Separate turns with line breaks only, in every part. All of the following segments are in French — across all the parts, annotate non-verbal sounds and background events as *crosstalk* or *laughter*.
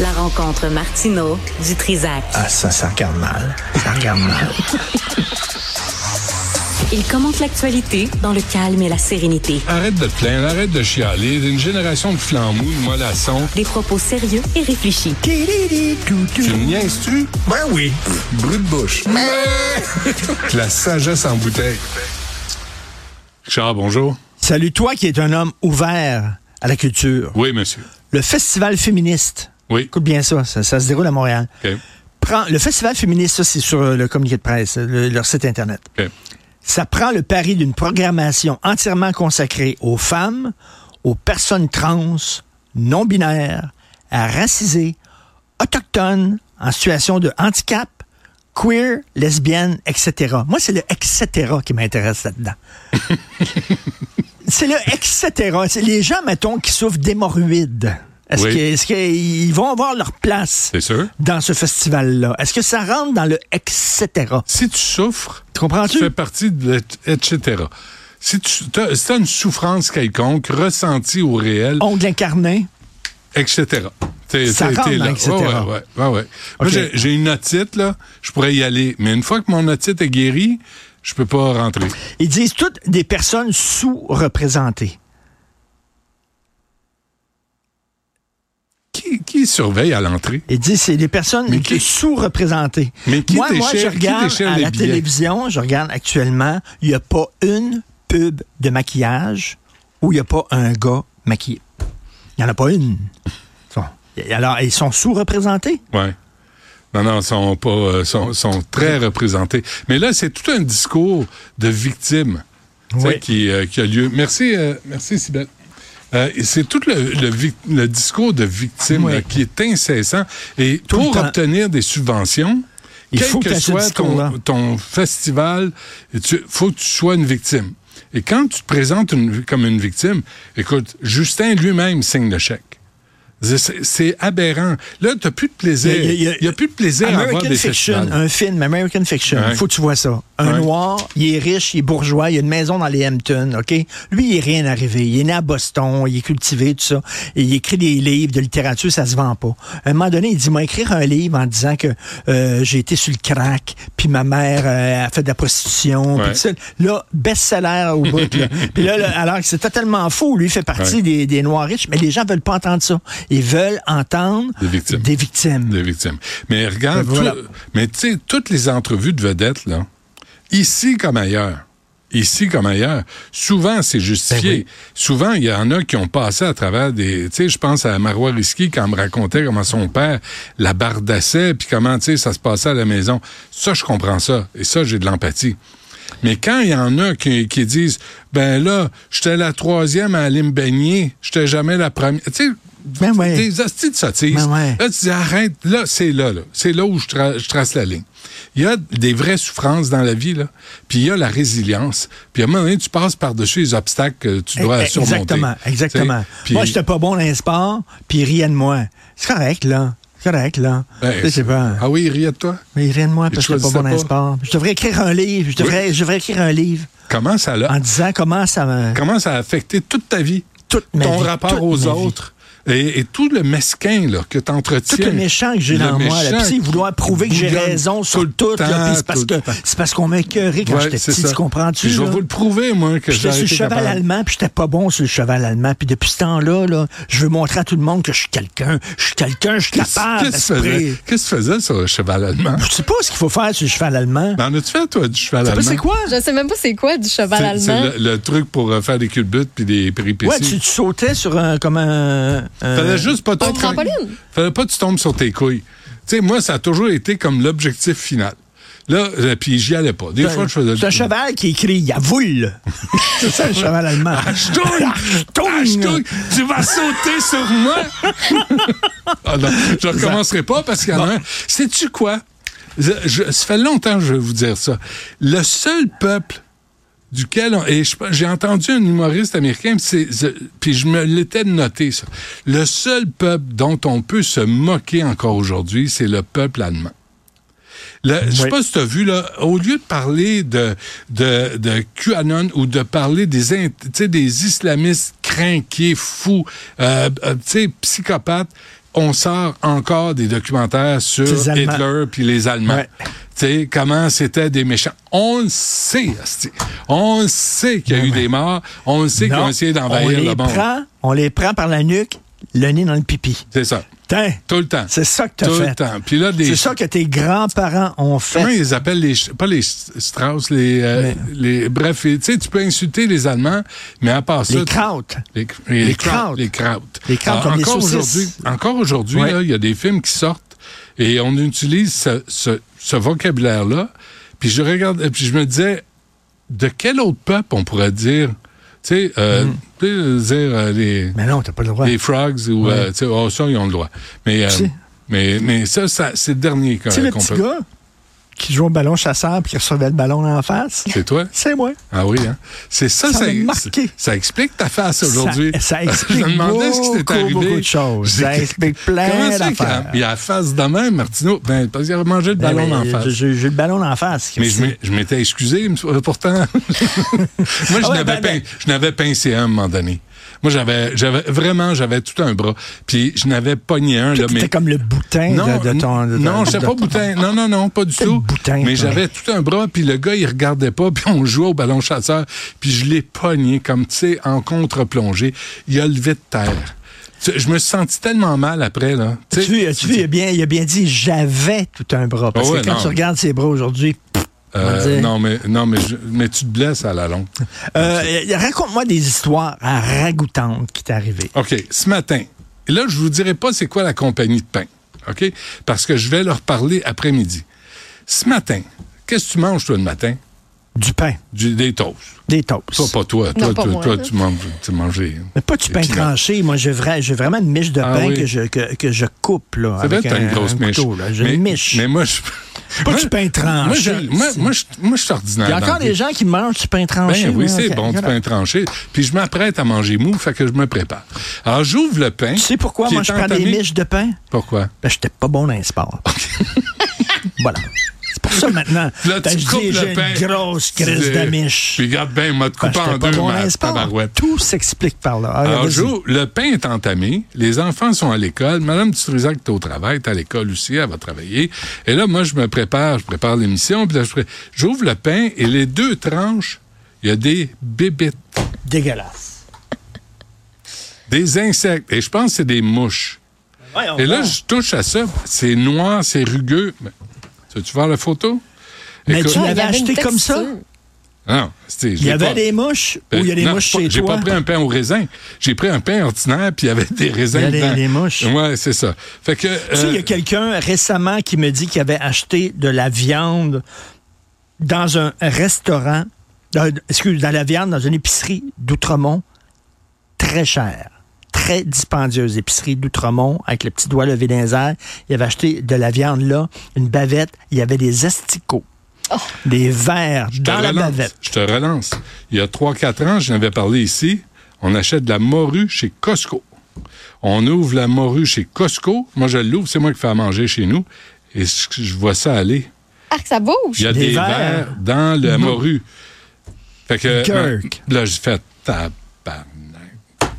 La rencontre Martino du Trizac.
Ah, ça, ça regarde mal. Ça regarde mal.
Il commente l'actualité dans le calme et la sérénité.
Arrête de te plaindre, arrête de chialer. Une génération de flambous, de mollassons.
Des propos sérieux et réfléchis.
Tu me niaises-tu?
Ben oui.
Brut de bouche. *laughs* La sagesse en bouteille. Richard, bonjour.
Salut toi qui es un homme ouvert à la culture.
Oui, monsieur.
Le festival féministe.
Oui.
Écoute bien ça, ça, ça se déroule à Montréal.
OK.
Prend, le festival féministe, ça c'est sur euh, le communiqué de presse, le- leur site internet.
OK.
Ça prend le pari d'une programmation entièrement consacrée aux femmes, aux personnes trans, non binaires, à racisées, autochtones, en situation de handicap, queer, lesbiennes, etc. Moi, c'est le etc. qui m'intéresse
*laughs*
là-dedans. c'est le etc. C'est les gens, mettons, qui souffrent d'hémorroïdes. Est-ce
Oui.
que- est-ce qu'ils vont avoir leur place
C'est sûr.
dans ce festival-là? Est-ce que ça rentre dans le etc.?
Si tu souffres,
Tu comprends-tu?
tu fais partie de l'et- etc. Si tu as, une souffrance quelconque, ressentie ou réelle,
Ongle incarné.
etc. T'es-
Ça
t'es-
rentre
t'es
dans
là.
etc.
Ouais, ouais, ouais, ouais, ouais. Moi,
Ok.
j'ai- j'ai une otite, là. Je pourrais y aller. Mais une fois que mon otite est guérie, je peux pas rentrer.
Ils disent toutes des personnes sous-représentées.
Qui, qui surveille à l'entrée?
Ils disent c'est des personnes
Mais qui-
sous-représentées.
Mais qui
moi, moi, je
déchire- qui
regarde
déchire
à
les
la
billets?
télévision, je regarde actuellement, il n'y a pas une pub de maquillage où il n'y a pas un gars maquillé. Il n'y en a pas une. Bon. Et Alors, ils sont sous-représentés.
Ouais. Non, non, sont pas, euh, sont, sont très représentés. Mais là, c'est tout un discours de victime tu sais,
Oui.
qui, euh, qui a lieu. Merci, euh, merci, Sybelle. Euh, et c'est tout le, le vic- le discours de victime
Oui.
là, qui est incessant. Et
le
pour
temps.
obtenir des subventions,
Il
quel
faut que
que
t'aies ce
soit
discours-là.
ton, ton festival, il faut que tu sois une victime. Et quand tu te présentes une- comme une victime, écoute, Justin lui-même signe le chèque. C'est- C'est aberrant. Là, tu plus de plaisir.
Il y a- il y a-
Il n'y a, plus de plaisir à avoir
American
des
Fiction,
festivals.
un film, American Fiction.
Ouais.
Faut que tu vois ça. Un
Ouais.
noir, il est riche, il est bourgeois, il a une maison dans les Hamptons, OK? Lui, il est rien arrivé. Il est né à Boston, il est cultivé, tout ça. Et il écrit des livres de littérature, ça se vend pas. À un moment donné, il dit, moi, écrire un livre en disant que euh, j'ai été sur le crack, puis ma mère euh, a fait de la prostitution, puis
Ouais.
tout ça. Là, best-seller au bout.
*laughs*
Là. Puis là, là, alors que c'est totalement faux, lui, il fait partie
Ouais.
des, des Noirs riches, mais les gens veulent pas entendre ça. Ils veulent entendre
Des victimes.
Des victimes.
des victimes. Mais regarde,
Ben, Voilà.
tout- mais tu sais, toutes les entrevues de vedettes, là, ici comme ailleurs, ici comme ailleurs, souvent c'est justifié.
Ben oui.
Souvent, il y en a qui ont passé à travers des. Tu sais, je pense à Marois Risky quand elle me racontait comment son père la bardassait, puis comment, tu sais, ça se passait à la maison. Ça, je comprends ça. Et ça, j'ai de l'empathie. Mais quand il y en a qui, qui disent, ben là, j'étais la troisième à aller me baigner, j'étais jamais la première. Tu sais,
Ben ouais.
des hosties de sottises.
Ben ouais.
Là, tu dis, arrête, là, c'est là, là. C'est là où je, tra- je trace la ligne. Il y a des vraies souffrances dans la vie, là. Puis il y a la résilience. Puis à un moment donné, tu passes par-dessus les obstacles que tu dois surmonter.
Eh, Exactement, exactement.
Tu sais? Puis- ben,
Moi, j'étais pas bon dans les sports, puis ils riaient de moi. C'est correct, là. C'est correct, là.
Ben,
Je sais pas. hein.
Ah oui, il riait de toi?
Mais ils riaient de moi
Ils
parce que j'étais pas bon
choisissaient
dans les
pas.
sports. Je devrais écrire un livre. Je devrais, je devrais écrire un livre
Comment ça l'a?
en disant comment ça me...
Comment ça a affecté toute ta vie?
Toute ma
Ton
vie, toute
rapport aux
ma vie.
autres? Et, et tout le mesquin là, que tu entretiens.
Tout le méchant que j'ai dans moi, là. Puis c'est vouloir prouver que j'ai raison sur tout, là. Puis c'est parce que, c'est parce qu'on m'a écœuré quand j'étais petit, tu comprends-tu?
Je vais
là?
vous le prouver, moi, que
Puis J'étais
j'ai
sur le
été
cheval
capable.
allemand, puis j'étais pas bon sur le cheval allemand. Puis depuis ce temps-là, là, je veux montrer à tout le monde que je suis quelqu'un. Je suis quelqu'un, je suis
Qu'est-ce
capable.
qu'est-ce que tu
esprit.
faisais- qu'est-ce que tu faisais sur le cheval allemand?
Je sais pas ce qu'il faut faire sur le cheval allemand.
En as-tu fait, toi, du cheval
Tu sais
Ben, allemand?
pas c'est quoi?
Je sais même pas c'est quoi du cheval
C'est-
allemand.
C'est le, le truc pour euh, faire des culbutes puis des péripéties.
Ouais, tu, euh, tu sautais sur un. comme un. un-
Fallait juste pas
Un
tomber.
trampoline?
Fallait pas que tu tombes sur tes couilles. Tu sais, moi, ça a toujours été comme l'objectif final. Là, euh, puis j'y allais pas. Des
un-
fois, je faisais.
C'est un cheval qui écrit
*laughs*
Yavoul. c'est ça le cheval allemand.
Achtung!
*laughs*
Achtung! Tu vas sauter sur moi! ah non, je recommencerai pas parce qu'il y en a un. Sais-tu quoi? Je- je- ça fait longtemps que je vais vous dire ça. Le seul peuple duquel on- et je- j'ai entendu un humoriste américain c'est- c'est- puis je me l'étais noté ça le seul peuple dont on peut se moquer encore aujourd'hui c'est le peuple allemand le- Je sais
Oui.
pas si tu as vu, là, au lieu de parler de, de, de QAnon ou de parler des, in- tu sais, des islamistes crainqués, fous, euh, euh, tu sais, psychopathes, on sort encore des documentaires sur
Ces Allemands.
Hitler puis les Allemands.
Ouais.
Tu sais, comment c'était des méchants. On le sait, asti. On le sait qu'il y a eu des morts. On le sait qu'ils ont
Non,
essayé
on
d'envahir
les
le monde.
Prend, on les prend par la nuque, le nez dans le pipi.
C'est ça.
Tain,
Tout le temps.
c'est ça que t'as
Tout
fait.
le temps. Puis là, des-
C'est ça que tes grands-parents ont fait.
Comment ils appellent les. ch- Pas les s- Strauss, les. euh, les bref, tu sais, tu peux insulter les Allemands, mais à part ça.
les
tu-
Kraut.
Les, cr- les,
Les
Kraut.
Kraut.
Les Kraut.
Les Kraut
Alors,
comme les
encore
saucisses.
aujourd'hui, encore aujourd'hui,
Ouais.
là, il y a des films qui sortent et on utilise ce, ce- ce vocabulaire-là. Puis je regarde, puis je me disais, de quel autre peuple on pourrait dire, tu sais, euh,
Mm.
tu sais, dire euh, les,
Mais non, t'as pas le droit.
les frogs ou, euh, tu sais, oh, ça, ils ont le droit. Mais, euh,
Tu sais.
mais, mais ça, ça c'est le dernier qu'on
Tu sais, le
qu'on
petit
peut-
gars qui joue au ballon chasseur puis qui recevait le ballon en face,
C'est toi?
c'est moi.
Ah oui, hein? C'est ça,
Ça
ça,
m'a marqué.
ça explique ta face aujourd'hui.
Ça, ça explique
*laughs* Je me demandais ce qui t'est
beaucoup,
arrivé.
beaucoup de choses.
J'ai-
Ça explique plein
*laughs* Comment ça qu'il
d'affaires.
a- Il a la face de même, Martineau. Ben, parce qu'il a mangé le ballon
Ben
en
oui,
face.
J'ai j'ai le ballon en face.
Mais je m'ai- je m'étais excusé, mais euh, pourtant. *laughs* Moi, je
Ah ouais,
n'avais
ben, ben.
pein- je n'avais pincé un à un moment donné. Moi, j'avais, j'avais vraiment, j'avais tout un bras. Puis, je n'avais pogné un, là,
Toi,
mais.
t'étais comme le boutin
Non,
de, de ton. de
non,
ton-
je sais
de
pas
ton-
boutin. Non, non, non, pas du
le
tout.
boutin,
mais
toi.
j'avais tout un bras, puis le gars, il regardait pas, *laughs* puis on jouait au ballon chasseur, puis je l'ai pogné comme, tu sais, en contre-plongée. Il a levé de terre. Tu- Je me suis senti tellement mal après, là.
Tu
sais,
vois, tu vois, il a bien, il a bien dit j'avais tout un bras. Parce
Ah ouais,
que quand
non.
tu regardes ses bras aujourd'hui, pff, on va
euh,
dire.
non, mais, non mais, je- mais tu te blesses à la longue.
Euh, euh, Raconte-moi des histoires à ragoûtantes qui t'est arrivé.
OK, ce matin, et là, je vous dirai pas c'est quoi la compagnie de pain, OK? Parce que je vais leur parler après-midi. Ce matin, qu'est-ce que tu manges, toi, le matin?
Du pain,
Du, des toasts.
des
Toi,
toasts.
pas toi. Toi,
Non, pas
toi,
moi.
toi, tu manges, tu manges les-
Mais pas du
les
pain
peanuts.
tranché. Moi, j'ai vrai- j'ai vraiment une miche de
Ah
pain
oui.
que, je, que, que je coupe. Là,
Ça doit
avec
être
un,
une grosse
un
miche.
couteau, là. J'ai
mais,
une miche.
Mais moi, je.
Pas
moi,
du pain tranché.
Moi, je, moi, moi, je, moi, je suis ordinaire.
Il y a encore
dans la
des
vie.
gens qui mangent du pain tranché.
Ben oui,
là,
c'est
ok.
bon, du
Regarde.
pain tranché. Puis je m'apprête à manger mou, fait que je me prépare. Alors, j'ouvre le pain.
Tu sais pourquoi
qui
moi
est
je prends des
entamé-
miches de pain?
Pourquoi?
Ben, j'étais pas bon dans les
*laughs*
sports. voilà. C'est pour ça maintenant.
Là,
Ben,
tu
je
coupes
dis,
le
j'ai
pain.
une grosse
Tu
crise
dis-
d'amiche.
Puis regarde bien, il m'a
Ben,
coupé en
j'étais pas
deux,
bon dans
ma
les sports.
tabarouette.
Tout s'explique par là. Ah,
Alors,
vas-y.
Jo, le pain est entamé, les enfants sont à l'école, Madame Dutrisac est au travail, est à l'école aussi, elle va travailler. Et là, moi, je me prépare, je prépare l'émission, puis là, je pré- j'ouvre le pain et les deux tranches, il y a des bébites,
Dégueulasse.
des insectes, et je pense que c'est des mouches. Et
Ah.
là, je touche à ça, c'est noir, c'est rugueux. Mais, Veux-tu voir la photo?
Mais
Écoute- Ah,
tu
Ah, il y
l'avais
avait une
acheté comme ça?
texture.
Non, c'était.
Il y avait des mouches ou il y a des
Ben, Non,
mouches
pas-
chez
J'ai
toi?
pas pris un pain au raisin. J'ai pris un pain ordinaire, puis il y avait des raisins
Il y a des-
dedans.
des mouches.
Ouais, c'est ça. Fait que.
Tu sais, il y
euh,
a quelqu'un récemment qui me dit qu'il avait acheté de la viande dans un restaurant, euh, excuse, dans la viande dans une épicerie d'Outremont, très chère, très dispendieuse épicerie d'Outremont, avec le petit doigt levé dans les airs. Il avait acheté de la viande là, une bavette, il y avait des asticots, des verres
Je te
dans la
relance,
bavette.
Je te relance. Il y a 3-4 ans, j'en avais parlé ici. On achète de la morue chez Costco. On ouvre la morue chez Costco. Moi, je l'ouvre. C'est moi qui fais à manger chez nous. Et je je vois ça aller.
Ah, que ça bouge.
Il y a
Des
des,
vers.
vers dans la morue. Fait que. euh,
Kirk.
Là, j'ai fait tabarnak.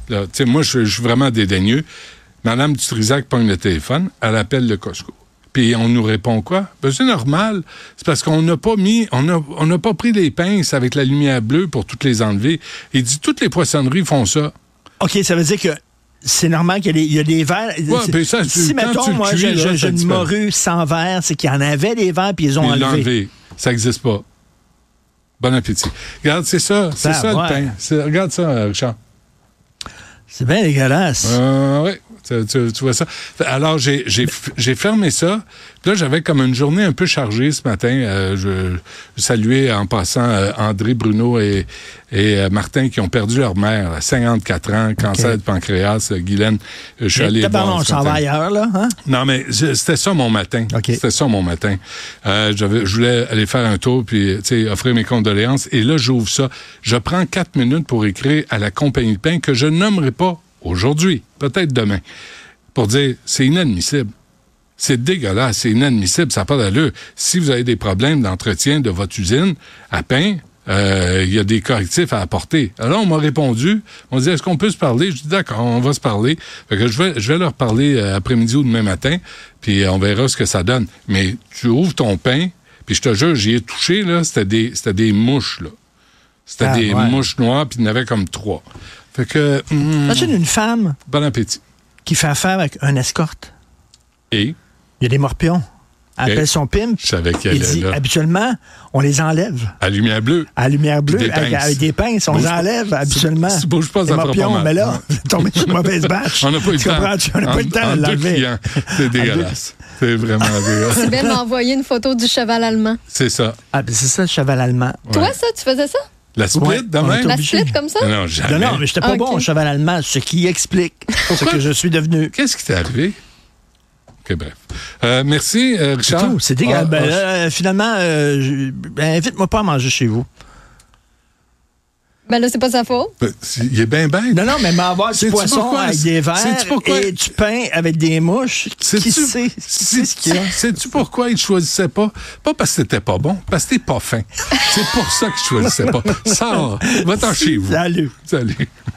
Là, tu sais, moi, je je suis vraiment dédaigneux. Madame Dutrisac pogne le téléphone, elle appelle le Costco. Puis on nous répond quoi? Ben, c'est normal. C'est parce qu'on n'a pas mis, on n'a on n'a pas pris les pinces avec la lumière bleue pour toutes les enlever. Il dit, toutes les poissonneries font ça.
OK, ça veut dire que c'est normal qu'il y, a des- il y a des verres. C'est-
puis ça, tu-
si,
quand
mettons,
tu le
moi,
cuis,
j'ai
là,
j'ai-
ça
j'ai une
disparaît.
morue sans verre, c'est qu'il y en avait des verres, puis ils ont
Ils l'ont
enlevé.
enlevé. Ça n'existe pas. Bon appétit. Regarde, c'est ça, c'est ça,
ouais.
le pain. C'est- Regarde ça, Richard.
C'est bien dégueulasse.
Euh, oui, tu, tu- tu vois ça. Alors, j'ai, j'ai, f- j'ai fermé ça. Puis là, j'avais comme une journée un peu chargée ce matin. Euh, je, je saluais en passant euh, André, Bruno et, et euh, Martin qui ont perdu leur mère à 54 ans, cancer de pancréas. Euh, Guylaine, euh, je suis
Mais
allé les
tabarnak,
voir.
on
ce
s'en
matin. Mm-hmm.
va ailleurs, là. Hein?
Non, mais je- c'était ça mon matin.
OK.
C'était ça mon matin. Euh, j'avais- je voulais aller faire un tour puis tu sais, offrir mes condoléances. Et là, j'ouvre ça. Je prends quatre minutes pour écrire à la compagnie de pain que je nommerai pas aujourd'hui, peut-être demain, pour dire c'est inadmissible. C'est dégueulasse, c'est inadmissible, ça n'a pas d'allure. Si vous avez des problèmes d'entretien de votre usine à pain, euh, il y a des correctifs à apporter. Alors, on m'a répondu. On dit, est-ce qu'on peut se parler? Je dis, d'accord, on va se parler. Fait que je vais, je vais leur parler euh, après-midi ou demain matin, puis euh, on verra ce que ça donne. Mais tu ouvres ton pain, puis je te jure, j'y ai touché, là, c'était des, c'était des mouches, là. C'était
Ah,
des
ouais.
mouches noires, puis il y en avait comme trois. Fait que, hum,
Imagine une femme
bon appétit.
qui fait affaire avec un escorte.
Et
Il y a des morpions. Elle
Et-
appelle son pimp.
je savais qu'il y
Il
avait
dit,
là,
habituellement, on les enlève
à lumière bleue.
à la lumière bleue
des
avec,
pinces.
avec des pinces. On
Bouge
les
pas.
enlève
Si-
habituellement.
si bouge pas,
Des
ça fera pas
morpions,
mal.
mais là, *laughs* t'es tombé sur une mauvaise batch.
*laughs* On n'a pas eu le
Tu
temps.
comprends? On n'a pas eu le temps
En-
de
en deux
l'enlever.
clients. C'est dégueulasse. C'est vraiment dégueulasse.
Sibelle m'a envoyé une photo du cheval allemand.
C'est ça.
Ah, ben c'est ça, le cheval allemand.
Toi, ça, tu faisais ça?
La split,
Ouais,
de
on
même?
est
La
Obligé.
split comme ça?
Non, non,
Non,
jamais.
non, mais j'étais pas
Ah,
bon
ok.
au cheval allemand, ce qui explique ce que je suis devenu.
Qu'est-ce qui t'est arrivé? OK, bref. Euh, merci, euh,
C'est
Richard.
tout, c'est dégueu.
Ah,
Ben,
ah,
euh, finalement, euh, je- ben, invite-moi pas à manger chez vous.
Ben là, c'est pas sa faute.
ben, c'est- il est bien bête.
Non, non, mais m'avoir du
Sais-tu
poisson
pourquoi?
avec des verres
Sais-tu pourquoi?
et du pain avec des mouches. Qui
Sais-tu-
sait? Qui sait ce qu'il y a?
Sais-tu pourquoi il ne choisissait pas? Pas parce que c'était pas bon, parce que t'es
*laughs*
pas fin. C'est pour ça qu'il ne choisissait pas. Sors, va-t'en chez vous.
Salut.
Salut.